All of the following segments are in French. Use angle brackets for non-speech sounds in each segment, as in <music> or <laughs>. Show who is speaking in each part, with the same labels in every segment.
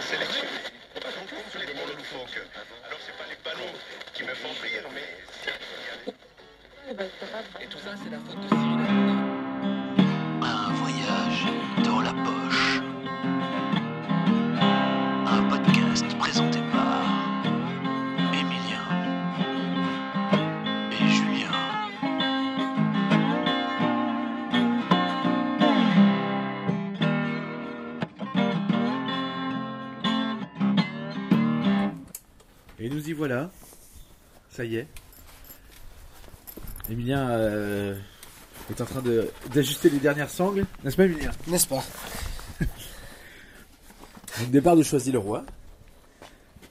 Speaker 1: c'est là-dessus. On passe beaucoup sur les moments loufoques. Alors c'est pas les panneaux qui me font rire, mais
Speaker 2: Et tout ça, c'est la faute de Cyril Hanouna.
Speaker 3: Un voyage dans la poche. Un podcast présenté par Emilien et Julien.
Speaker 4: Et nous y voilà. Ça y est. Emilien euh, est en train de- d'ajuster les dernières sangles. N'est-ce pas, Emilien
Speaker 5: N'est-ce
Speaker 4: <laughs>
Speaker 5: pas Le départ de Choisy le Roi.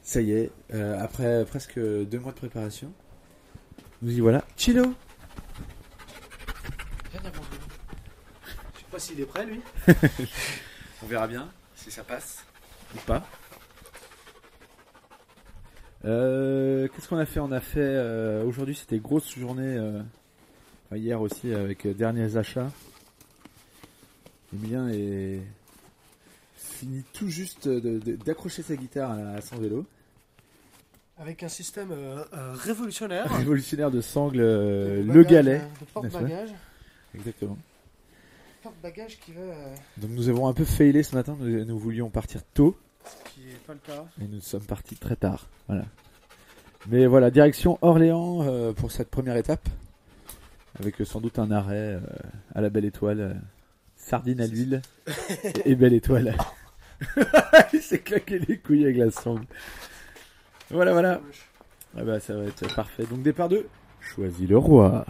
Speaker 4: Ça y est. euh, après presque deux mois de préparation, nous y voilà. Chilo
Speaker 5: Je sais pas s'il est prêt lui.
Speaker 4: On verra bien si ça passe ou pas. Euh, Qu'est-ce qu'on a fait On a fait euh, aujourd'hui, c'était grosse journée. euh, enfin, hier aussi avec euh, derniers achats. Emilien est fini tout juste de- de- d'accrocher sa guitare à son vélo.
Speaker 5: Avec un système euh, euh, révolutionnaire.
Speaker 4: Révolutionnaire de sangle, euh,
Speaker 5: De
Speaker 4: le
Speaker 5: bagage,
Speaker 4: galet.
Speaker 5: euh, De porte-bagages.
Speaker 4: Exactement.
Speaker 5: Porte-bagages qui va. euh,
Speaker 4: Donc nous avons un peu failé ce matin. Nous, nous voulions partir tôt
Speaker 5: ce qui est pas le cas.
Speaker 4: et nous sommes partis très tard. Voilà. Mais voilà, direction Orléans euh, pour cette première étape, avec euh, sans doute un arrêt euh, à la Belle Étoile, euh, sardine à <laughs> l'huile et, et Belle Étoile. <laughs> Il s'est claqué les couilles avec la sangle. Voilà, voilà. Ah bah ça va être parfait. Donc départ de Choisis le roi.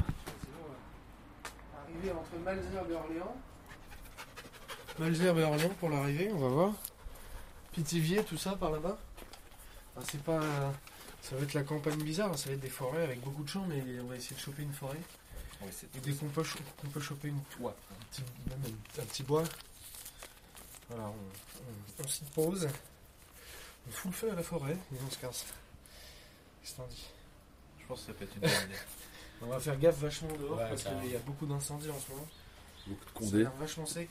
Speaker 5: Arrivé euh, entre Malzerbe et Orléans. Malzerbe et Orléans pour l'arrivée, on va voir. Pithiviers, tout ça par là-bas. Ah, c'est pas. Ça va être la campagne bizarre, hein, ça va être des forêts avec beaucoup de champs, mais on va essayer de choper une forêt. Et dès qu'on peut, cho- qu'on peut choper une toit, un petit, même un, un petit bois, voilà, on, on- on s'y pose, on fout le feu à la forêt et on se casse. Qu'est-ce que t'en dis
Speaker 6: Je pense que ça peut être une bonne idée.
Speaker 5: <laughs> On va faire gaffe vachement dehors
Speaker 6: Ouais,
Speaker 5: parce
Speaker 6: ça-
Speaker 5: qu'il y a beaucoup d'incendies en ce moment. Ça a
Speaker 4: Condé.
Speaker 5: l'air vachement sec.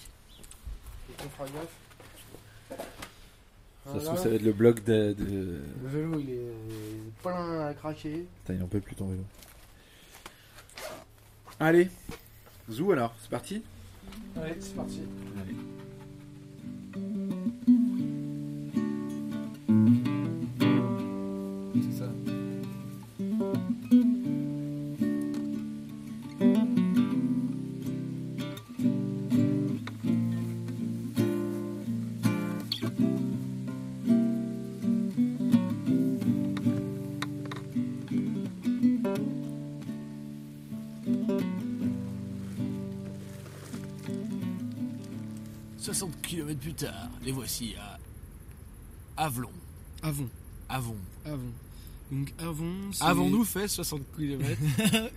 Speaker 5: Donc on fera gaffe.
Speaker 4: Ça se trouve,
Speaker 5: Voilà.
Speaker 4: ça va être le bloc de. de...
Speaker 5: Le vélo il est il est plein à craquer.
Speaker 4: Putain, il en peut plus ton vélo. Allez, Zou alors, c'est parti
Speaker 5: Allez, c'est parti.
Speaker 7: Avelon.
Speaker 5: Avon.
Speaker 7: Avon.
Speaker 5: Avon. Donc Avon, c'est...
Speaker 7: Avons-nous fait 60 km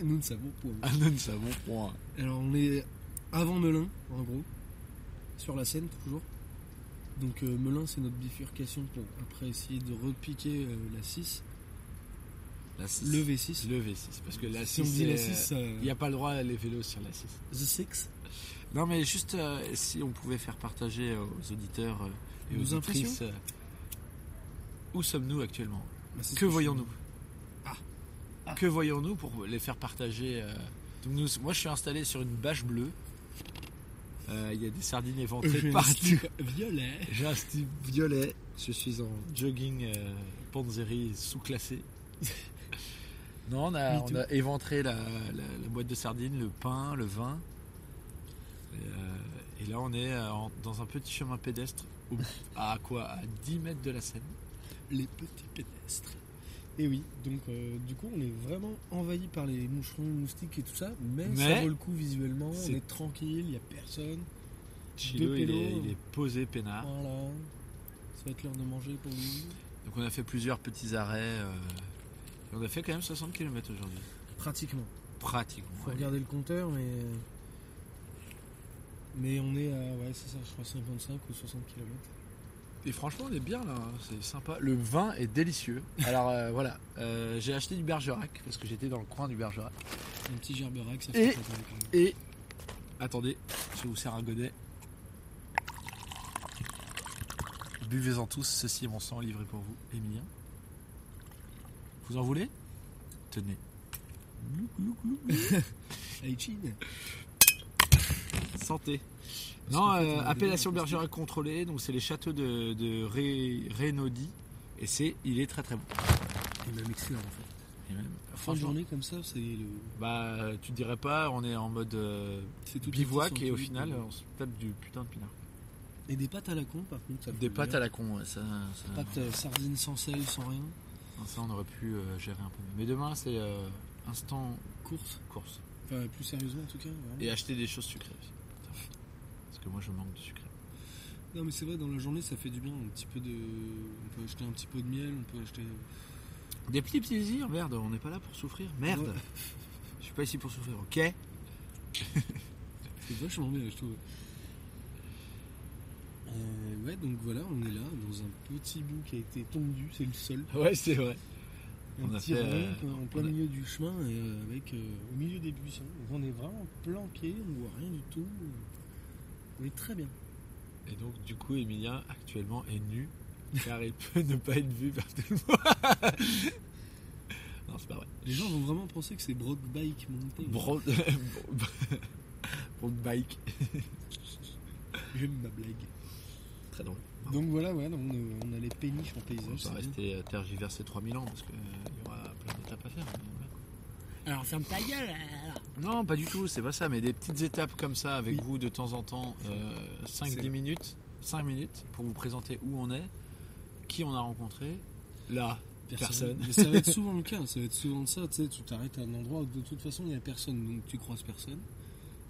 Speaker 5: <laughs> Nous ne savons pas.
Speaker 7: Ah nous ne savons point.
Speaker 5: Alors on est avant Melun, en gros, sur la Seine toujours. Donc euh, Melun c'est notre bifurcation pour après essayer de repiquer euh, la 6,
Speaker 7: La 6.
Speaker 5: le V6.
Speaker 7: Le V6. Parce que la 6.
Speaker 5: Si on dit la
Speaker 7: euh,
Speaker 5: 6,
Speaker 7: Il n'y a pas le droit les vélos sur la 6.
Speaker 5: The 6,
Speaker 7: Non mais juste euh, si on pouvait faire partager aux auditeurs euh, et
Speaker 5: Nos
Speaker 7: aux auditrices euh, où sommes-nous actuellement
Speaker 5: Bah, c'est ce
Speaker 7: Que
Speaker 5: je
Speaker 7: voyons-nous ah.
Speaker 5: Ah.
Speaker 7: Que voyons-nous pour les faire partager euh, donc nous- Moi je suis installé sur une bâche bleue. Euh, Il y a des sardines
Speaker 5: fais.
Speaker 7: éventrées
Speaker 5: J'ai un
Speaker 7: partout.
Speaker 5: slip Violet.
Speaker 7: J'ai un style violet. Je suis en jogging euh, Panzeri sous-classé. <laughs> non, on a,
Speaker 5: Me
Speaker 7: on
Speaker 5: too.
Speaker 7: a éventré la, la- la boîte de sardines, le pain, le vin. Et, euh, et là, on est euh, en- dans un petit chemin pédestre
Speaker 5: <laughs>
Speaker 7: au- à quoi À 10 mètres de la Seine.
Speaker 5: les petits pédestres. Et oui, donc euh, du coup on est vraiment envahi par les moucherons, moustiques et tout ça, mais, ça
Speaker 7: Mais-
Speaker 5: vaut le coup visuellement, on
Speaker 7: C'est-
Speaker 5: est tranquille, il n'y a personne.
Speaker 7: Chilo,
Speaker 5: Deux
Speaker 7: il est,
Speaker 5: pélos.
Speaker 7: il est posé peinard.
Speaker 5: Voilà, ça va être l'heure de manger pour nous.
Speaker 7: Donc, on a fait plusieurs petits arrêts. euh, et on a fait quand même 60 km aujourd'hui.
Speaker 5: Pratiquement.
Speaker 7: Pratiquement.
Speaker 5: Faut regarder le compteur, mais. euh, Mais on est à, ouais, c'est ça, je crois 55 ou 60 km.
Speaker 7: Et franchement, on est bien là, hein. c'est sympa. Le vin est délicieux. Alors euh, voilà, Euh, j'ai acheté du Bergerac parce que j'étais dans le coin du Bergerac.
Speaker 5: Un petit gerberac, ça
Speaker 7: Et-
Speaker 5: fait plaisir quand même.
Speaker 7: Et attendez, je vous sers un godet. Buvez-en tous, ceci est mon sang livré pour vous, Émilien. Vous en voulez
Speaker 8: <laughs>
Speaker 7: Tenez. Glouc, glouc, glouc, glouc. Santé. Non,
Speaker 9: qu'en fait,
Speaker 7: euh,
Speaker 9: on a des
Speaker 7: appellation
Speaker 9: bières
Speaker 7: bergerac contrôlée, donc c'est les châteaux de, de Ré- Rénaudie. Et c'est, il est très très bon.
Speaker 8: Et même excellent en fait.
Speaker 7: Et même,
Speaker 8: Fin de
Speaker 7: franchement,
Speaker 8: journée comme ça, c'est le.
Speaker 7: bah, euh, tu dirais pas, on est en mode euh,
Speaker 8: C'est tout
Speaker 7: bivouac
Speaker 8: petit,
Speaker 7: et au
Speaker 8: tout
Speaker 7: final,
Speaker 8: petit.
Speaker 7: on se tape du putain de pinard.
Speaker 8: Et des pâtes à la con par contre. ça, faut
Speaker 7: Des
Speaker 8: le
Speaker 7: pâtes
Speaker 8: dire.
Speaker 7: à la con, ouais, ça, ça-
Speaker 8: Pâtes euh, sardines sans sel, sans rien.
Speaker 7: non, ça, on aurait pu euh, gérer un peu mieux. Mais demain, c'est euh, instant course. course.
Speaker 8: Enfin, plus sérieusement en tout cas. vraiment.
Speaker 7: Et acheter des choses sucrées aussi. Parce que moi, je manque de sucré.
Speaker 8: Non mais c'est vrai, dans la journée ça fait du bien. Un petit peu de. On peut acheter un petit pot de miel, on peut acheter.
Speaker 7: Des petits plaisirs, merde, on n'est pas là pour souffrir, merde.
Speaker 8: Ouais.
Speaker 7: <laughs> Je suis pas ici pour souffrir, ok
Speaker 8: C'est vachement bien, je trouve. Euh, ouais, donc voilà, on est là dans un petit bout qui a été tendu, c'est le sol.
Speaker 7: Ouais, c'est vrai.
Speaker 8: Un
Speaker 7: On a
Speaker 8: petit
Speaker 7: fait,
Speaker 8: rond
Speaker 7: euh,
Speaker 8: en en plein
Speaker 7: on a-
Speaker 8: milieu du chemin et euh, avec euh, au milieu des buissons. Donc on est vraiment planqué, on voit rien du tout. On est très bien.
Speaker 7: Et donc, du coup, Emilien, actuellement, est nu, car il <laughs> peut ne pas être vu par tout le monde. <laughs> non, c'est pas vrai.
Speaker 8: Les gens vont vraiment penser que c'est Broadbike Mountain.
Speaker 7: Bro... <laughs> Bro... bike.
Speaker 8: J'aime ma blague.
Speaker 7: Très drôle.
Speaker 8: Donc voilà, ouais, donc on, a- on a les péniches en paysage.
Speaker 7: Ah. On va
Speaker 8: c'est
Speaker 7: pas
Speaker 8: bien.
Speaker 7: rester euh, tergiversé 3000 ans, parce qu'il y aura plein d'étapes à faire. mais voilà.
Speaker 8: Alors ferme ta gueule alors.
Speaker 7: Non, pas du tout, c'est pas ça, mais des petites étapes comme ça avec
Speaker 8: Oui.
Speaker 7: vous de temps en temps, euh, 5-10 minutes, 5 minutes pour vous présenter où on est, qui on a rencontré, là, personne.
Speaker 8: Mais ça va être souvent le cas, ça va être souvent ça, tu sais, tu t'arrêtes à un endroit où de toute façon il n'y a personne, donc tu croises personne,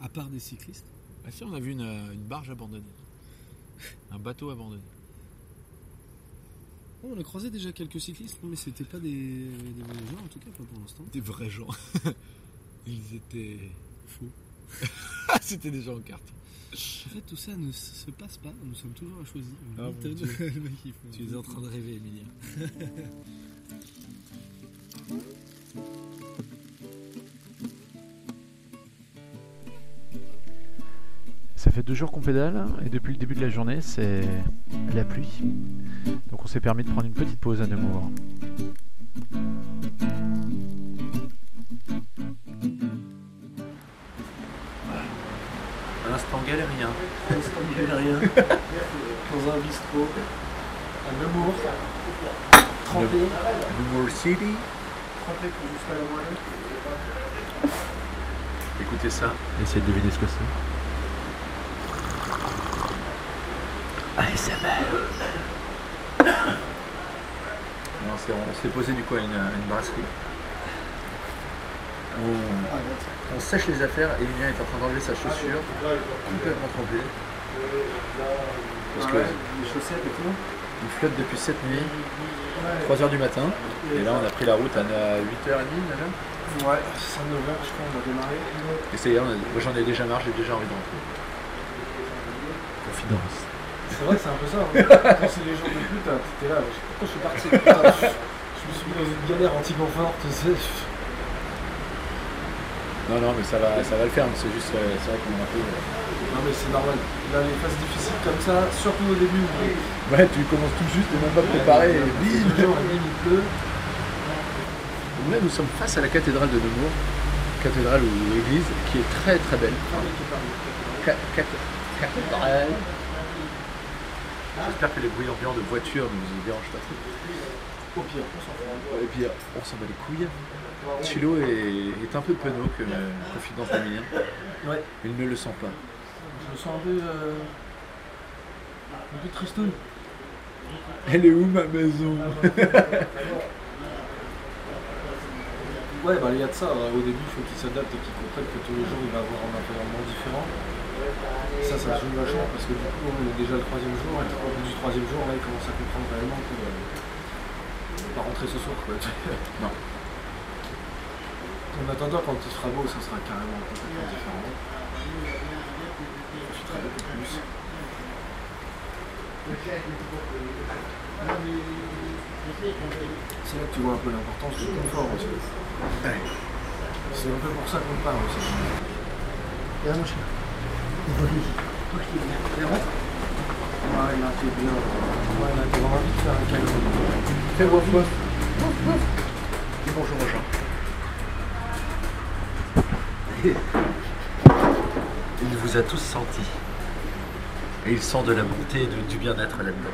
Speaker 8: à part des cyclistes.
Speaker 7: Ah si, on a vu une, euh, une barge abandonnée, un bateau abandonné.
Speaker 8: Oh, on a croisé déjà quelques cyclistes, mais c'était pas des, des voyageurs en tout cas, pas pour l'instant.
Speaker 7: Des vrais gens. Ils étaient.
Speaker 8: Faux.
Speaker 7: <laughs> C'était des gens en carte.
Speaker 8: En fait, tout ça ne se passe pas. Nous sommes toujours à choisir.
Speaker 7: Ah, mon
Speaker 8: Méthode. <laughs> Le mec, il faut-
Speaker 7: Tu es en train de rêver, Emilien.
Speaker 10: Ça fait deux jours qu'on pédale et depuis le début de la journée, c'est la pluie. Donc on s'est permis de prendre une petite pause à Nemours.
Speaker 8: L'instant galérien. L'instant galérien. Dans un bistrot. À Nemours. Trempé. Nemours City. Trempé pour jusqu'à la moelle.
Speaker 10: Écoutez ça. Essayez de deviner ce que c'est.
Speaker 4: on s'est posé du coup à une, brasserie. On, sèche les affaires et Julien est en train d'enlever sa chaussure, complètement trempée. Parce que Il flotte depuis cette nuit, 3h du matin. Et là, on a pris la route à 8h30
Speaker 5: Ouais, c'est 9 h je crois, on va démarrer.
Speaker 4: Et c'est moi j'en ai déjà marre, j'ai déjà envie de rentrer. Confidence.
Speaker 5: C'est vrai que c'est un peu ça. hein. Quand c'est les jours de plus, t'as- t'es là. je- Pourquoi je suis parti Putain, je, je me suis mis dans une galère anti-confort, tu sais. je-
Speaker 4: Non, non, mais ça va, ça va le faire, mais c'est juste, euh, c'est vrai qu'on est un peu. euh,
Speaker 5: Non, mais c'est normal. Là, les phases difficiles comme ça, surtout au début, où
Speaker 4: Ouais, tu commences tout juste, t'es même pas préparé, et bim
Speaker 5: le jour, la nuit, il pleut.
Speaker 4: Donc Là, nous sommes face à la cathédrale de Nemours, cathédrale ou église, qui est très très belle. Ca- cath- Cathédrale. J'espère que les bruits ambiants de voitures ne vous dérangent pas trop.
Speaker 5: Au pire, on s'en fout.
Speaker 4: Et puis, on s'en bat les couilles. Chilo est, est un peu penaud que euh, confident familial.
Speaker 5: Ouais.
Speaker 4: Il ne le sent pas.
Speaker 5: Je me sens un peu. euh, un peu tristoun.
Speaker 4: Elle est où ma maison
Speaker 5: Ouais, bah, il y a de ça. Au début, il faut qu'il s'adapte et qu'il comprenne que tous les jours, il va avoir un environnement différent. Ça, ça joue vachement parce que du coup, on est déjà le troisième jour. Et au bout du troisième jour, là, il commence à comprendre réellement que. euh, on va pas rentrer ce soir, quoi. <laughs>
Speaker 4: Non.
Speaker 5: En attendant, quand il sera beau, ça sera carrément complètement différent. On profitera beaucoup plus. C'est là que tu vois un peu l'importance du confort aussi. C'est un peu pour ça qu'on parle aussi.
Speaker 8: Ouais, là, t'es bien. Ouais, là, t'as vraiment envie de faire un câlin.
Speaker 1: Fais waf waf. Dis bonjour aux gens. Il vous a tous senti. Et il sent de la bonté et de- du bien-être là-dedans.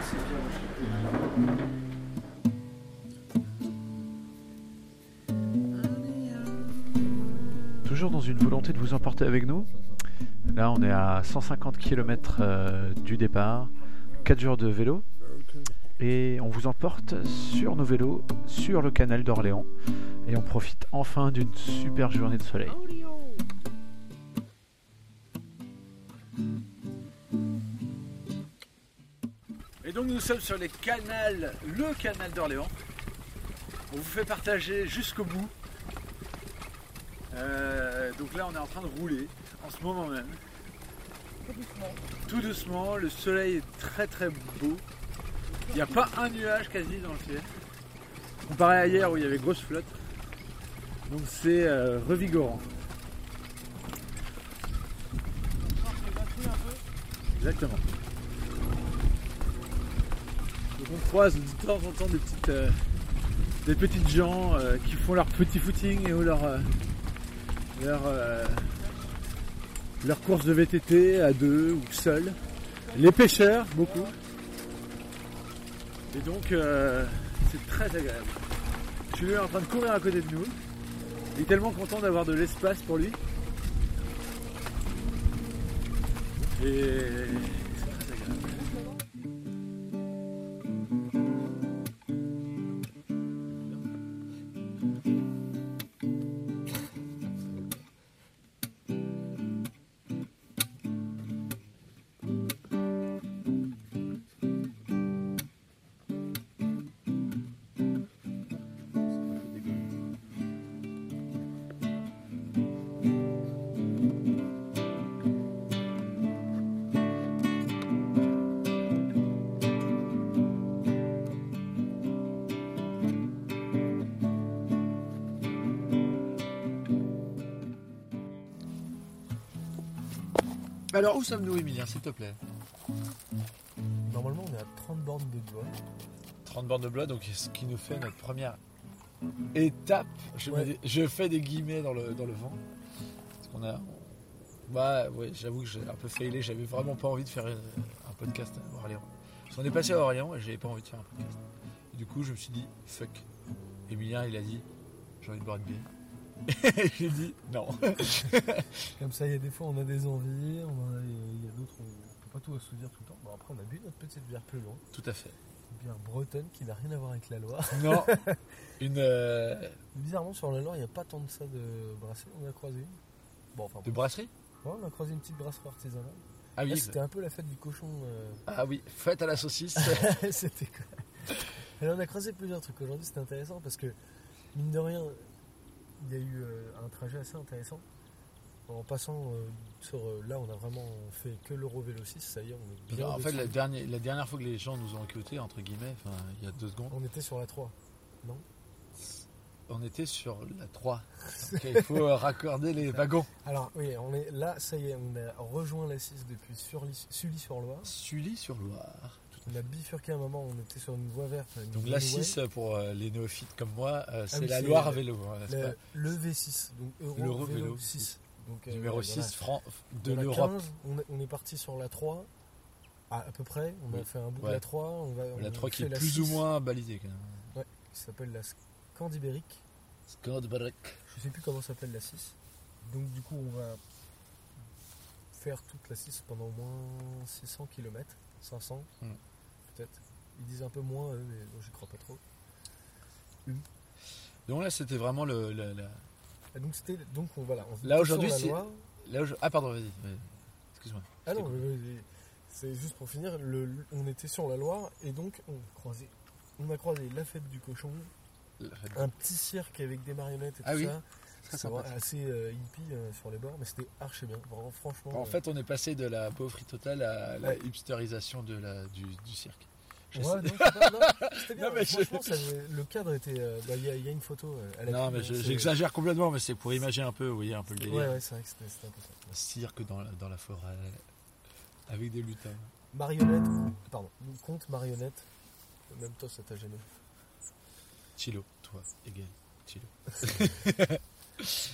Speaker 10: Toujours dans une volonté de vous emporter avec nous. Là, on est à 150 km euh, du départ, 4 jours de vélo. Et on vous emporte sur nos vélos, sur le canal d'Orléans. Et on profite enfin d'une super journée de soleil.
Speaker 4: Et donc nous sommes sur les canals, le canal d'Orléans. On vous fait partager jusqu'au bout. Euh, donc là on est en train de rouler en ce moment même. Tout doucement. Tout doucement, le soleil est très très beau. Il n'y a pas un nuage quasi dans le ciel. Comparé à hier où il y avait grosse flotte. Donc c'est euh, revigorant. Exactement. Donc on croise de temps en temps des petites, euh, des petites gens euh, qui font leur petit footing et ou leur, euh, leur, euh, leur course de VTT à deux ou seuls. Les pêcheurs, beaucoup. Et donc euh, c'est très agréable. Tu est en train de courir à côté de nous. Il est tellement content d'avoir de l'espace pour lui. Et c'est très agréable.
Speaker 7: Alors, où sommes-nous, Emilien, s'il te plaît
Speaker 8: Normalement, on est à 30 bornes de doigts.
Speaker 7: 30 bornes de blois, donc ce qui nous fait notre première étape. Je, mets
Speaker 8: Ouais.
Speaker 7: des- je fais des guillemets dans le, dans le vent. Parce qu'on a. Bah, ouais, j'avoue que j'ai un peu failé. J'avais vraiment pas envie de faire euh, un podcast à Orléans. Parce qu'on est passé à Orléans et j'avais pas envie de faire un podcast. Et du coup, je me suis dit, fuck. Emilien, il a dit, j'ai envie de boire une bière. <laughs> Et j'ai dit,
Speaker 8: <laughs>
Speaker 7: non.
Speaker 8: Comme ça, il y a des fois, on a des envies, on a- il y a d'autres, on ne peut pas tout assouvir tout le temps. Bon, après, on a bu notre petite bière plus loin,
Speaker 7: Tout à fait.
Speaker 8: une bière bretonne qui n'a rien à voir avec la Loire. <laughs>
Speaker 7: Non. Une. euh,
Speaker 8: Bizarrement, sur la Loire, il n'y a pas tant de ça de brasserie, on a croisé une. Bon, enfin,
Speaker 7: de brasserie
Speaker 8: ouais, on a croisé une petite brasserie artisanale.
Speaker 7: Ah
Speaker 8: Là,
Speaker 7: oui.
Speaker 8: c'était un peu la fête du cochon. euh,
Speaker 7: Ah oui, fête à la <laughs> saucisse.
Speaker 5: <laughs>
Speaker 8: c'était quoi Alors, on a croisé plusieurs trucs aujourd'hui, c'était intéressant parce que, mine de rien, il y a eu euh, un trajet assez intéressant. En passant euh, sur. euh, là, on a vraiment fait que l'Eurovélo 6, ça y est, on est bien.
Speaker 7: en fait,
Speaker 8: dessus.
Speaker 7: la dernière, la dernière fois que les gens nous ont écoutés, entre guillemets, enfin, il y a deux secondes,
Speaker 8: On était sur la 3.
Speaker 7: on était sur la <laughs> 3. Donc, il faut euh, raccorder les wagons.
Speaker 8: Alors, oui, on est là, ça y est, on a rejoint la 6 depuis Surly- Sully-sur-Loire.
Speaker 7: Sully sur Loire.
Speaker 8: On a bifurqué à un moment, on était sur une voie verte. une
Speaker 7: Donc
Speaker 8: one way.
Speaker 7: la 6, euh, pour euh, les néophytes comme moi, euh, c'est
Speaker 8: oui,
Speaker 7: la
Speaker 8: c'est
Speaker 7: Loire à
Speaker 8: le-
Speaker 7: vélo. hein, n'est-ce
Speaker 8: le, le V6, donc euh, Euro,
Speaker 7: L'Eurovélo
Speaker 8: Vélo 6.
Speaker 7: 6.
Speaker 8: Donc,
Speaker 7: pas
Speaker 8: euh,
Speaker 7: Numéro
Speaker 8: voilà,
Speaker 7: 6, franc de
Speaker 8: On a
Speaker 7: l'Europe.
Speaker 8: 15, on, est- on est parti sur la 3, à, à peu près. On a
Speaker 7: Oui.
Speaker 8: fait un bout de
Speaker 7: Ouais.
Speaker 8: la 3. On va,
Speaker 7: La
Speaker 8: on
Speaker 7: 3 qui
Speaker 8: fait
Speaker 7: est
Speaker 8: la
Speaker 7: plus
Speaker 8: 6,
Speaker 7: ou moins balisée quand même.
Speaker 8: Qui s'appelle la Scandibérique.
Speaker 7: Scandbreck.
Speaker 8: Je sais plus comment s'appelle la 6. Donc, du coup, on va faire toute la 6 pendant au moins 600 km, 500
Speaker 7: Mm.
Speaker 8: peut-être. Ils disent un peu moins, eux, mais moi, j'y crois pas trop.
Speaker 7: Donc là, c'était vraiment le. le- la-
Speaker 8: Et donc, c'était donc on, voilà. On
Speaker 7: Là,
Speaker 8: était
Speaker 7: aujourd'hui,
Speaker 8: sur la
Speaker 7: c'est-
Speaker 8: Loire.
Speaker 7: là où je- Ah, pardon, vas-y. vas-y. Excuse-moi.
Speaker 8: Ah non,
Speaker 7: C'était
Speaker 8: mais- mais- mais c'est juste pour finir, le, le- on était sur la Loire et donc on croisait, on a croisé la fête du cochon,
Speaker 7: La fête.
Speaker 8: un petit cirque avec des marionnettes et
Speaker 7: Ah
Speaker 8: tout
Speaker 7: oui,
Speaker 8: ça.
Speaker 7: très
Speaker 8: C'est
Speaker 7: sympa.
Speaker 8: vrai, assez euh, hippie euh, sur les bords, mais c'était archi bien. Vraiment, franchement,
Speaker 7: En
Speaker 8: euh,
Speaker 7: fait, on est passé de la pauvreté totale à la
Speaker 8: Ouais.
Speaker 7: hipsterisation de la, du, du cirque. Je
Speaker 8: ouais,
Speaker 7: sais-
Speaker 8: non, je sais pas, non,
Speaker 7: <laughs>
Speaker 8: c'était bien.
Speaker 7: Non, mais je-
Speaker 8: franchement, ça faisait- le cadre était. euh, bah, Il y, a- il y a une photo. euh, à la
Speaker 7: Non,
Speaker 8: pub,
Speaker 7: mais
Speaker 8: hein,
Speaker 7: je-
Speaker 8: c'est-
Speaker 7: j'exagère complètement, mais c'est pour imaginer un peu, vous voyez, un peu le délire.
Speaker 8: Ouais, ouais, c'est vrai que c'était c'était un peu ça.
Speaker 7: Un cirque dans la, dans la forêt, avec des lutins.
Speaker 5: Marionnette. Pardon. Conte marionnette. Même toi, ça t'a gêné.
Speaker 7: Chilo, toi, égal,
Speaker 5: <laughs>
Speaker 7: Chilo.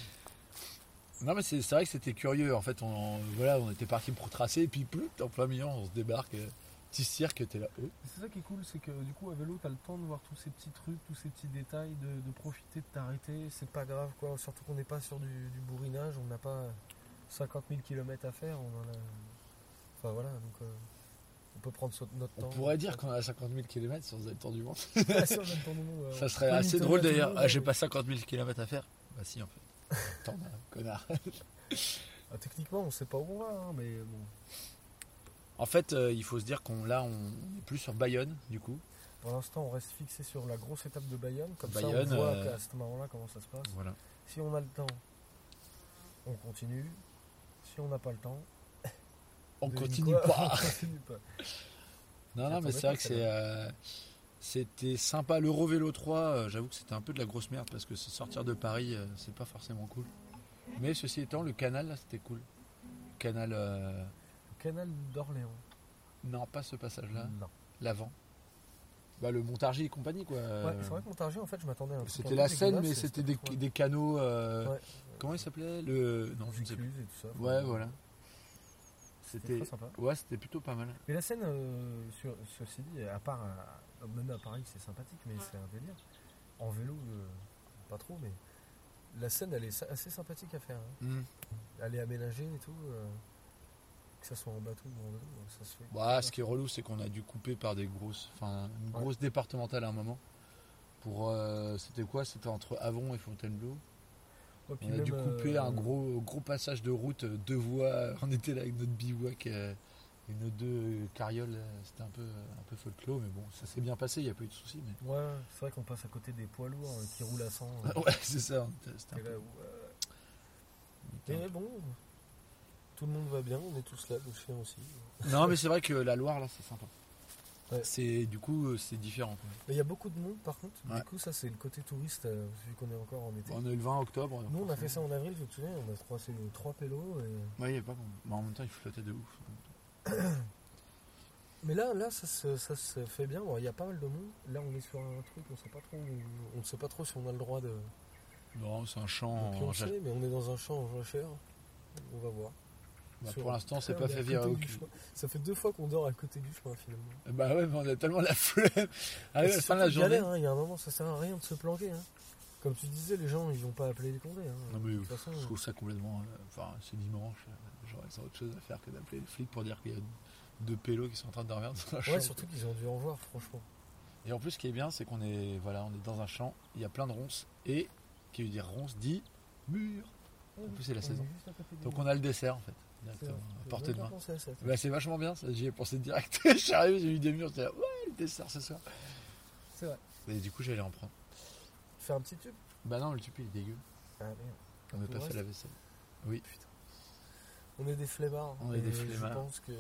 Speaker 7: non, mais c'est c'est vrai que c'était curieux. En fait, on, voilà, on était parti pour tracer, et puis ploup, en plein milieu, on se débarque. euh, Petit cirque, t'es là. oh.
Speaker 5: C'est ça qui est cool, c'est que du coup à vélo t'as le temps de voir tous ces petits trucs, tous ces petits détails, de, de profiter, de t'arrêter, c'est pas grave quoi, surtout qu'on n'est pas sur du, du bourrinage, on n'a pas 50 000 km à faire, on en a... Enfin voilà, donc euh, on peut prendre so- notre
Speaker 7: On
Speaker 5: temps.
Speaker 7: pourrait dire qu'on a 50 000 km si on faisait le tour du monde.
Speaker 5: Ah,
Speaker 8: <laughs>
Speaker 5: si, on a le temps de nous, euh,
Speaker 7: Ça serait
Speaker 5: ouais,
Speaker 7: assez
Speaker 5: Nintendo,
Speaker 7: drôle
Speaker 5: Nintendo,
Speaker 7: d'ailleurs. Ah, j'ai
Speaker 5: ouais.
Speaker 7: pas 50 000 km à faire. Bah si, en fait. <laughs> T'en as, connard.
Speaker 5: Ah, techniquement on sait pas où on va, hein, mais bon.
Speaker 7: En fait, euh, il faut se dire qu'on là, on n'est plus sur Bayonne, du coup.
Speaker 5: Pour l'instant on reste fixé sur la grosse étape de Bayonne, comme
Speaker 7: Bayonne,
Speaker 5: ça on voit
Speaker 7: euh,
Speaker 5: à ce moment-là comment ça se passe.
Speaker 7: Voilà.
Speaker 5: Si on a le temps, on continue. Si on n'a pas le temps,
Speaker 7: On
Speaker 5: devine
Speaker 7: continue
Speaker 5: quoi
Speaker 7: pas.
Speaker 5: <laughs> on continue pas.
Speaker 7: Non, non, mais c'est vrai que c'est. euh, C'était sympa. L'Eurovélo 3, euh, j'avoue que c'était un peu de la grosse merde parce que se sortir de Paris, euh, c'est pas forcément cool. Mais ceci étant, le canal, là, c'était cool. Le canal. euh,
Speaker 5: Le canal d'Orléans.
Speaker 7: Non, pas ce passage-là.
Speaker 5: Non.
Speaker 7: L'avant. Bah, le Montargis et compagnie, quoi.
Speaker 5: Ouais,
Speaker 7: Euh,
Speaker 5: c'est vrai que Montargis, en fait, je m'attendais à un truc un
Speaker 7: C'était
Speaker 5: peu
Speaker 7: la Seine,
Speaker 5: dégueulasse,
Speaker 7: mais
Speaker 5: et
Speaker 7: c'était des,
Speaker 5: trop-
Speaker 7: des canaux. euh,
Speaker 5: Ouais.
Speaker 7: Comment il s'appelait le... Non, je ne sais plus.
Speaker 5: Vaucluse et tout ça.
Speaker 7: Ouais, voilà.
Speaker 5: C'était
Speaker 7: C'était.
Speaker 5: très sympa.
Speaker 7: Ouais, c'était plutôt pas mal.
Speaker 5: Mais la Seine, euh, sur, ceci dit, à part, à- même à Paris, c'est sympathique, mais c'est un délire. En vélo, euh, pas trop, mais la Seine, elle est sa- assez sympathique à faire. hein.
Speaker 7: Hmm.
Speaker 5: Elle est aménagée et tout. euh, que ça soit en bateau ou en vélo, euh, ça se fait.
Speaker 7: Bah, ce qui est relou, c'est qu'on a dû couper par des grosses. Enfin, une
Speaker 5: Ouais.
Speaker 7: grosse départementale à un moment. Pour. euh, c'était quoi C'était entre Avon et Fontainebleau.
Speaker 5: Ouais, puis
Speaker 7: On a
Speaker 5: même,
Speaker 7: dû couper
Speaker 5: euh,
Speaker 7: un gros, gros passage de route, euh, deux voies. <laughs> On était là avec notre bivouac euh, et nos deux carrioles. euh, C'était un peu, un peu folklore, mais bon, ça s'est bien passé, il n'y a pas eu de soucis. Mais...
Speaker 5: Ouais, c'est vrai qu'on passe à côté des poids lourds euh, qui roulent à 100. euh,
Speaker 7: Ah Ouais, c'est ça. on était- C'était un
Speaker 5: Et
Speaker 7: peu.
Speaker 5: là, ouais. Mais bon, tout le monde va bien, on est tous là, le chien aussi.
Speaker 7: Non, mais c'est vrai que la Loire, là, c'est sympa.
Speaker 5: Ouais.
Speaker 7: C'est du coup, euh, c'est différent. quoi.
Speaker 5: Mais il y a beaucoup de monde par contre,
Speaker 7: Ouais.
Speaker 5: du coup, ça c'est le côté touriste, euh, vu qu'on est encore en été.
Speaker 7: On est le 20 octobre.
Speaker 5: Nous on a fait ça en avril, je te souviens, on a croisé nos trois pélos. et-
Speaker 7: Ouais, il y avait pas. Bah, en même temps, il flottait de ouf.
Speaker 5: Mais là, là ça, se, ça se fait bien, Bon, il y a pas mal de monde. Là on est sur un truc, on sait pas trop, où- on ne sait pas trop si on a le droit de, de
Speaker 7: Non, c'est un champ. en jal-
Speaker 5: pioncer, mais on est dans un champ en jachère. On va voir.
Speaker 7: Bah,
Speaker 5: Sur-
Speaker 7: pour l'instant, c'est
Speaker 5: Ah,
Speaker 7: pas
Speaker 5: on est à
Speaker 7: fait virer
Speaker 5: côté
Speaker 7: au
Speaker 5: du
Speaker 7: cul.
Speaker 5: chemin. Ça fait deux fois qu'on dort à côté du chemin finalement.
Speaker 7: Bah ouais, mais on a tellement la <laughs> flemme. Allez, à Ah la
Speaker 5: C'est
Speaker 7: fin de la
Speaker 5: surtout
Speaker 7: journée.
Speaker 5: une galère, hein. Il y a un moment, ça sert à rien de se planquer. hein. Comme tu disais, les gens, ils vont pas appeler les condés. hein.
Speaker 7: Non, mais
Speaker 5: de toute façon,
Speaker 7: je trouve ça complètement. euh, Enfin, c'est dimanche. euh, Genre, ils ont autre chose à faire que d'appeler les flics pour dire qu'il y a deux pélos qui sont en train de dormir dans la
Speaker 5: ouais,
Speaker 7: chambre.
Speaker 5: surtout qu'ils ont dû en voir, franchement.
Speaker 7: Et en plus, ce qui est bien, c'est qu'on est, voilà, on est dans un champ, il y a plein de ronces, et qui veut dire ronces dit mur. En plus, c'est la saison. Donc on a le dessert en fait, directement, à portée de main. Bah, c'est vachement bien, ça, j'y ai pensé direct. <laughs> Je suis arrivé, j'ai eu des murs, j'étais là, ouais, le dessert ce soir.
Speaker 5: C'est vrai.
Speaker 7: Et du coup, j'allais en prendre.
Speaker 5: Faire un petit tube.
Speaker 7: Bah non, le tube il est dégueu.
Speaker 5: Ah, merde.
Speaker 7: On n'a
Speaker 5: Tout
Speaker 7: pas
Speaker 5: reste.
Speaker 7: fait la vaisselle.
Speaker 5: On est des flemmards.
Speaker 7: On est des
Speaker 5: Et
Speaker 7: flemmards.
Speaker 5: Je pense que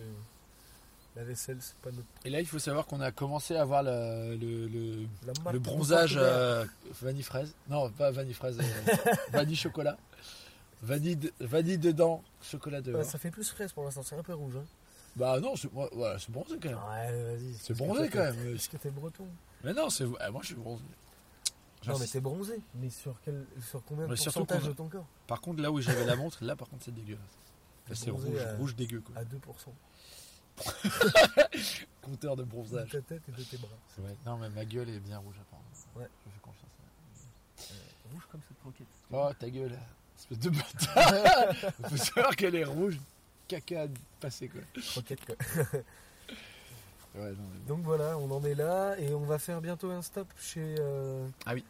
Speaker 5: la vaisselle, c'est pas notre.
Speaker 7: Et là, il faut savoir qu'on a commencé à avoir le, le, le-
Speaker 5: La
Speaker 7: le
Speaker 5: marque de
Speaker 7: bronzage
Speaker 5: Portobello.
Speaker 7: euh, vanille fraise. Non, pas vanille fraise, euh, <laughs> vanille chocolat. Vanille, de- vanille dedans, chocolat
Speaker 5: Ouais,
Speaker 7: dehors.
Speaker 5: ça fait plus fraise pour l'instant, c'est un peu rouge. Hein.
Speaker 7: Bah non, c'est ouais, voilà, c'est bronzé quand même.
Speaker 5: Ouais,
Speaker 7: C'est
Speaker 5: vas-y. parce que
Speaker 7: bronzé
Speaker 5: toi,
Speaker 7: quand
Speaker 5: t'es-
Speaker 7: même.
Speaker 5: Parce que t'es breton.
Speaker 7: Mais non, c'est ah, moi je suis bronzé.
Speaker 5: Non, mais
Speaker 7: J'insiste.
Speaker 5: t'es bronzé. Mais sur, quel... sur combien de
Speaker 7: Mais surtout
Speaker 5: pourcentage
Speaker 7: qu'on-
Speaker 5: de ton corps
Speaker 7: Par contre, là où j'avais la montre, là par contre c'est dégueulasse. Là, C'est
Speaker 5: Bronzé euh,
Speaker 7: rouge,
Speaker 5: à-
Speaker 7: rouge dégueu quoi.
Speaker 5: À 2%
Speaker 7: Compteur de
Speaker 5: de
Speaker 7: bronzage.
Speaker 5: ta tête et de tes bras.
Speaker 7: C'est vrai. Non, mais ma gueule est bien rouge apparemment.
Speaker 5: Ouais.
Speaker 7: Je fais confiance.
Speaker 5: Rouge comme cette croquette.
Speaker 7: Oh, ta gueule, espèce de bâtard.
Speaker 5: <laughs>
Speaker 7: Faut savoir qu'elle est rouge, caca passé quoi.
Speaker 5: Croquette, quoi.
Speaker 7: Ouais, non, mais-
Speaker 5: Donc voilà, on en est là et on va faire bientôt un stop chez, euh,
Speaker 7: Ah oui.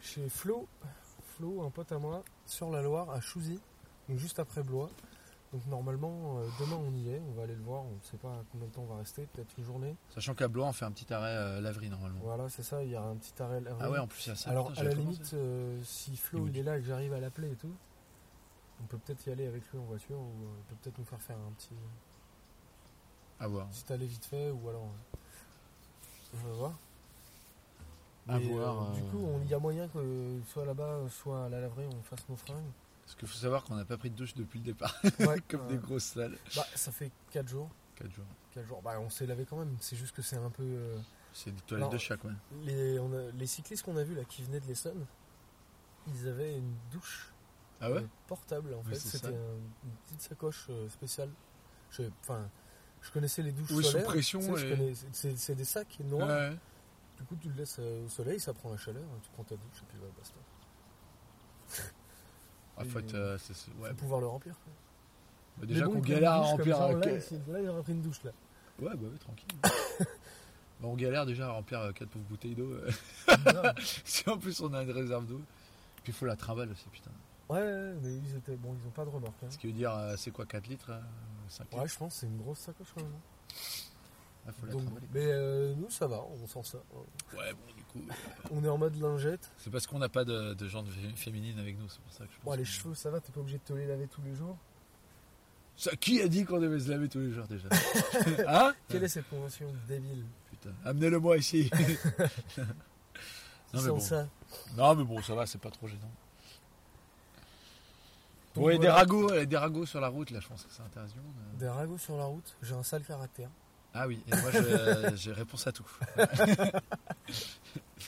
Speaker 5: chez Flo, Flo, un pote à moi, sur la Loire à Chouzy, donc juste après Blois. Donc normalement euh, demain on y est, on va aller le voir, on ne sait pas combien de temps on va rester, peut-être une journée.
Speaker 7: Sachant qu'à Blois, on fait un petit arrêt euh, laverie normalement.
Speaker 5: Voilà, c'est ça, il y a un petit arrêt. là.
Speaker 7: Ah ouais, en plus, il y a ça.
Speaker 5: Alors
Speaker 7: Putain,
Speaker 5: à la
Speaker 7: j'avais pas
Speaker 5: limite, euh, si
Speaker 7: Il
Speaker 5: Flo il
Speaker 7: me
Speaker 5: est là et que j'arrive à l'appeler et tout, on peut peut-être y aller avec lui en voiture ou euh, il peut peut-être nous faire faire un petit.
Speaker 7: pensé. À voir.
Speaker 5: Si t'as allé vite fait ou alors. euh, On va voir.
Speaker 7: À
Speaker 5: Mais,
Speaker 7: voir,
Speaker 5: euh, Du
Speaker 7: euh,
Speaker 5: coup, on- il y a moyen que euh, soit là-bas, soit à la laverie, on fasse nos fringues.
Speaker 7: <laughs> Parce qu'il faut savoir qu'on n'a pas pris de douche depuis le départ,
Speaker 5: Ouais,
Speaker 7: comme
Speaker 5: euh,
Speaker 7: des grosses salles.
Speaker 5: bah, ça fait 4 jours.
Speaker 7: 4 jours.
Speaker 5: Quel jour Bah, on s'est lavé quand même. C'est juste que c'est un peu. euh,
Speaker 7: C'est des toilettes
Speaker 5: Non.
Speaker 7: de chaque, ouais.
Speaker 5: les, on a- les cyclistes qu'on a vus là qui venaient de l'Essonne, ils avaient une douche
Speaker 7: Ah ouais
Speaker 5: euh, portable en
Speaker 7: Oui,
Speaker 5: fait.
Speaker 7: c'est
Speaker 5: C'était
Speaker 7: ça.
Speaker 5: un- une petite sacoche euh, spéciale. Je, enfin, je connaissais les douches
Speaker 7: Oui, sous
Speaker 5: solaires.
Speaker 7: pression
Speaker 5: tu sais, je
Speaker 7: et-
Speaker 5: connais- c'est- c'est- C'est des sacs noirs.
Speaker 7: Ouais.
Speaker 5: Du coup, tu le laisses euh, au soleil, ça prend la chaleur, tu prends ta douche et puis bah, basta.
Speaker 7: Ah, faut être, euh, c'est- c'est- ouais.
Speaker 5: Faut pouvoir le remplir.
Speaker 7: Bah, déjà
Speaker 5: Mais bon,
Speaker 7: qu'on
Speaker 5: ils prennent
Speaker 7: galère à
Speaker 5: une douche
Speaker 7: remplir.
Speaker 5: comme ça,
Speaker 7: euh,
Speaker 5: Là,
Speaker 7: que-
Speaker 5: c'est- là, il aurait pris une douche là.
Speaker 7: Ouais, bah ouais, tranquille. Bah, on galère déjà à remplir 4 pauvres bouteilles d'eau. euh. <laughs> si en plus on a une réserve d'eau. Puis il faut la trimballe aussi, putain.
Speaker 5: Ouais, ouais, mais ils étaient bon, ils ont pas de remorque. hein.
Speaker 7: Ce qui veut dire, euh, c'est quoi 4 litres 5 litres
Speaker 5: Ouais, je pense que c'est une grosse sacoche quand même. hein.
Speaker 7: Ah, faut la
Speaker 5: Donc,
Speaker 7: trimballer.
Speaker 5: mais euh, nous, ça va, on sent ça.
Speaker 7: Ouais, bon, du coup. euh,
Speaker 5: On est en mode lingette.
Speaker 7: C'est parce qu'on n'a pas de, de gens de fé- féminines avec nous, c'est pour ça que je pense.
Speaker 5: Bon, les
Speaker 7: que-
Speaker 5: cheveux, ça va, t'es pas obligé de te les laver tous les jours.
Speaker 7: Ça, qui a dit qu'on devait se laver tous les jours
Speaker 5: <laughs>
Speaker 7: déjà Hein
Speaker 5: Quelle est cette convention débile
Speaker 7: Putain, amenez-le moi
Speaker 5: <laughs>
Speaker 7: ici. <laughs>
Speaker 5: Ils
Speaker 7: mais
Speaker 5: sentent
Speaker 7: bon.
Speaker 5: ça.
Speaker 7: non, mais bon, ça va, c'est pas trop gênant.
Speaker 5: Donc,
Speaker 7: bon, il y a des
Speaker 5: voilà.
Speaker 7: ragots, il y a des ragots sur la route là, je pense que ça intéresse du monde. euh.
Speaker 5: Des ragots sur la route, j'ai un sale caractère.
Speaker 7: Ah oui, et moi je- euh, j'ai réponse <laughs> à tout.
Speaker 5: <laughs>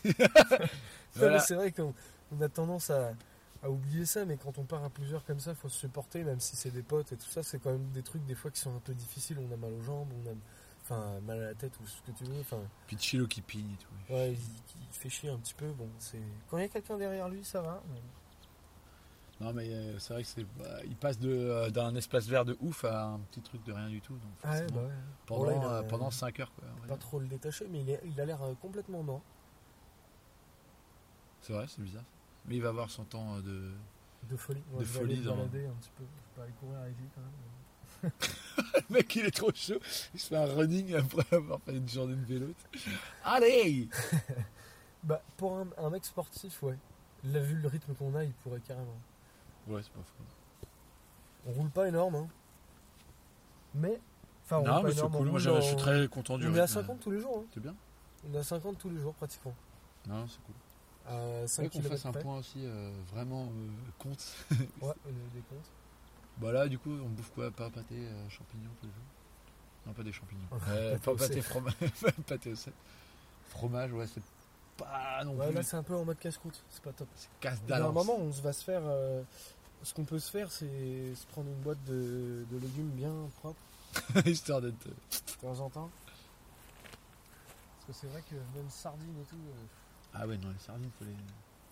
Speaker 5: Non, mais
Speaker 7: Voilà.
Speaker 5: C'est vrai qu'on on a tendance à, à oublier ça, mais quand on part à plusieurs comme ça, faut se supporter, même si c'est des potes et tout ça. C'est quand même des trucs des fois qui sont un peu difficiles. On a mal aux jambes, on a enfin, mal à la tête ou ce que tu veux. Enfin,
Speaker 7: Puis Chilo qui pigne et tout.
Speaker 5: ouais, il, il fait chier un petit peu. Bon, c'est quand il y a quelqu'un derrière lui, ça va. mais-
Speaker 7: Non mais euh, c'est vrai que c'est, bah, il passe de, euh, d'un espace vert de ouf à un petit truc de rien du tout. Donc,
Speaker 5: Ah ouais,
Speaker 7: forcément,
Speaker 5: bah ouais.
Speaker 7: pendant,
Speaker 5: Bon, là, il a-
Speaker 7: euh, pendant 5 heures quoi. on va
Speaker 5: Pas
Speaker 7: dire.
Speaker 5: trop le détacher, mais il, est- il a l'air euh, complètement mort.
Speaker 7: C'est vrai, c'est bizarre. Mais il va avoir son temps euh, de. <laughs>
Speaker 5: De folie.
Speaker 7: De
Speaker 5: je vais aller
Speaker 7: folie
Speaker 5: me
Speaker 7: dans-
Speaker 5: balader un petit peu. Je vais pas aller courir avec lui quand même.
Speaker 7: Le mec il est trop chaud, il se fait un running après avoir fait une journée de
Speaker 5: <laughs>
Speaker 7: vélo. Allez
Speaker 5: Bah, pour un, un mec sportif, ouais. Là, vu le rythme qu'on a, il pourrait carrément.
Speaker 7: Ouais, c'est pas faux.
Speaker 5: On roule pas énorme, hein. Mais. Enfin, Ah, on
Speaker 7: Non,
Speaker 5: roule pas
Speaker 7: mais c'est
Speaker 5: énorme. on
Speaker 7: cool, moi
Speaker 5: roule
Speaker 7: je, je suis
Speaker 5: dans-
Speaker 7: très content du
Speaker 5: On est à
Speaker 7: rythme.
Speaker 5: 50 tous les jours, hein.
Speaker 7: C'est bien
Speaker 5: On est à 50 tous les jours, pratiquement.
Speaker 7: Non, c'est cool.
Speaker 5: À
Speaker 7: C'est
Speaker 5: 5
Speaker 7: vrai qu'on fasse
Speaker 5: kilomètres
Speaker 7: un
Speaker 5: près.
Speaker 7: point aussi euh, vraiment euh, compte.
Speaker 5: Ouais, au niveau des comptes.
Speaker 7: Bah là, du coup, on bouffe quoi Pas pâté, euh, champignons tous les jours Non, pas des champignons. Euh,
Speaker 5: pâté au
Speaker 7: pas pâté,
Speaker 5: sel.
Speaker 7: fromage. <laughs> pâté au sel. Fromage, ouais, c'est pas non
Speaker 5: Ouais,
Speaker 7: plus.
Speaker 5: là, c'est un peu en mode casse-croûte. C'est pas top.
Speaker 7: c'est casse
Speaker 5: Il y a un
Speaker 7: d'alors.
Speaker 5: moment, on se va se faire. euh, ce qu'on peut se faire, c'est se prendre une boîte de, de légumes bien propre
Speaker 7: <laughs> Histoire d'être. euh,
Speaker 5: de temps en temps. Parce que c'est vrai que même sardines et tout. euh,
Speaker 7: Ah ouais, non, les sardines, faut les. <laughs>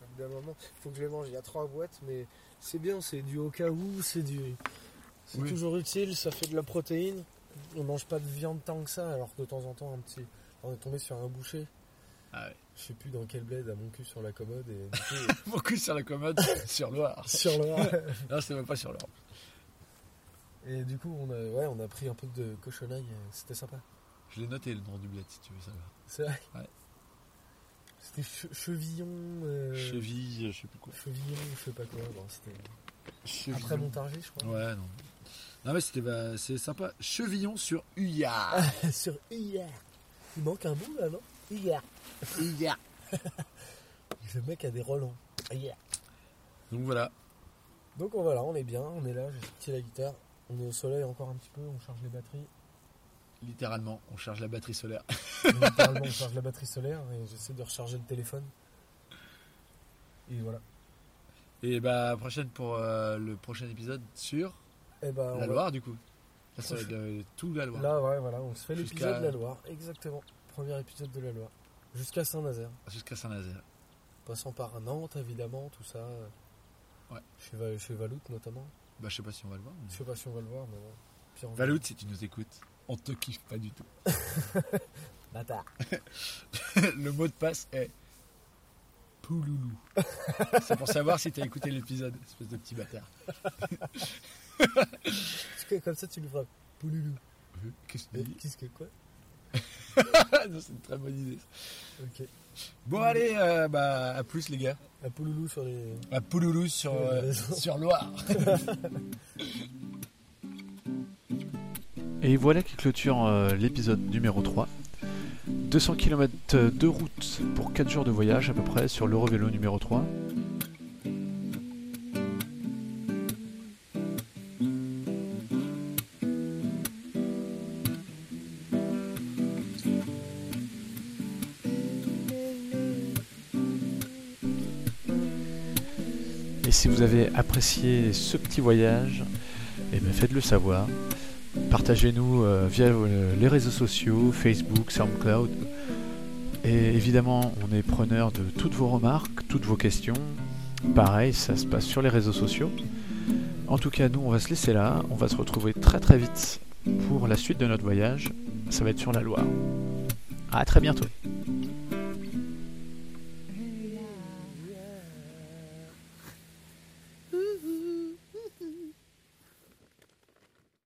Speaker 5: Au bout d'un moment, faut que je les mange. Il y a trois boîtes, mais c'est bien, c'est du au cas où, c'est du. C'est
Speaker 7: Oui.
Speaker 5: toujours utile, ça fait de la protéine. On mange pas de viande tant que ça, alors que de temps en temps, un petit. On est tombé sur un boucher.
Speaker 7: Ah ouais.
Speaker 5: Je sais plus dans quel bled, à mon cul sur la commode et du coup, <laughs>
Speaker 7: Mon cul sur la commode, <laughs> sur Loire.
Speaker 5: sur le.
Speaker 7: Non, c'est même pas sur Loire.
Speaker 5: Et du coup, on a, ouais, on a pris un peu de cochonaille, euh, c'était sympa.
Speaker 7: Je l'ai noté le nom du bled si tu veux savoir.
Speaker 5: C'est vrai.
Speaker 7: Ouais.
Speaker 5: C'était che- chevillon. euh,
Speaker 7: Cheville, je sais plus quoi.
Speaker 5: Chevillon, je sais pas quoi. Bon, c'était
Speaker 7: Cheville.
Speaker 5: après Montargis, je crois.
Speaker 7: Ouais, non. Non, mais c'était bah, c'est sympa. Chevillon sur Uya.
Speaker 5: sur hier. Il manque un bout là, non Hier. Hier. Le mec a des relents. Hier.
Speaker 7: Donc voilà.
Speaker 5: Donc on, voilà, on est bien, on est là, j'ai sorti la guitare. On est au soleil encore un petit peu, on charge les batteries.
Speaker 7: Littéralement, on charge la batterie solaire.
Speaker 5: Littéralement, on charge la batterie solaire et j'essaie de recharger le téléphone. Et voilà.
Speaker 7: Et bah, prochaine pour euh, le prochain épisode sur
Speaker 5: Et bah, on
Speaker 7: la
Speaker 5: va-
Speaker 7: Loire, du coup. Là, ça va être euh, tout la Loire.
Speaker 5: Là, ouais, voilà, on se fait
Speaker 7: Jusqu'à-
Speaker 5: l'épisode de la Loire. Exactement. Premier épisode de la Loire. Jusqu'à Saint-Nazaire.
Speaker 7: Jusqu'à Saint-Nazaire.
Speaker 5: Passant par Nantes, évidemment, tout ça.
Speaker 7: Ouais.
Speaker 5: Chez, Val- chez Valoute, notamment.
Speaker 7: Bah, je sais pas si on va le voir.
Speaker 5: Je
Speaker 7: mais-
Speaker 5: sais pas si on va le voir, mais bon. Puis on-
Speaker 7: Valout, si tu nous écoutes, on te kiffe pas du tout. <laughs>
Speaker 5: Bâtard.
Speaker 7: le mot de passe est.
Speaker 5: <laughs>
Speaker 7: Pouloulou. c'est pour savoir si t'as écouté l'épisode, espèce de petit bâtard.
Speaker 5: Parce que comme ça, tu lui frappes. Pouloulou.
Speaker 7: Euh, Qu'est-ce que
Speaker 5: Euh,
Speaker 7: tu dis
Speaker 5: Qu'est-ce que quoi
Speaker 7: Non, <laughs> C'est une très bonne idée.
Speaker 5: Ok.
Speaker 7: Bon, allez, euh, bah, à plus, les gars.
Speaker 5: Un pouloulou sur les.
Speaker 7: À Pouloulou sur, euh, sur Loire.
Speaker 10: Et voilà qui clôture euh, l'épisode numéro 3. 200 km de route pour 4 jours de voyage à peu près sur l'Eurovélo numéro 3. Et si vous avez apprécié ce petit voyage, eh bien, faites-le savoir. Partagez-nous euh, via euh, les réseaux sociaux, Facebook, SoundCloud. Et évidemment, on est preneur de toutes vos remarques, toutes vos questions. Pareil, ça se passe sur les réseaux sociaux. En tout cas, nous, on va se laisser là. On va se retrouver très très vite pour la suite de notre voyage. Ça va être sur la Loire. À très bientôt.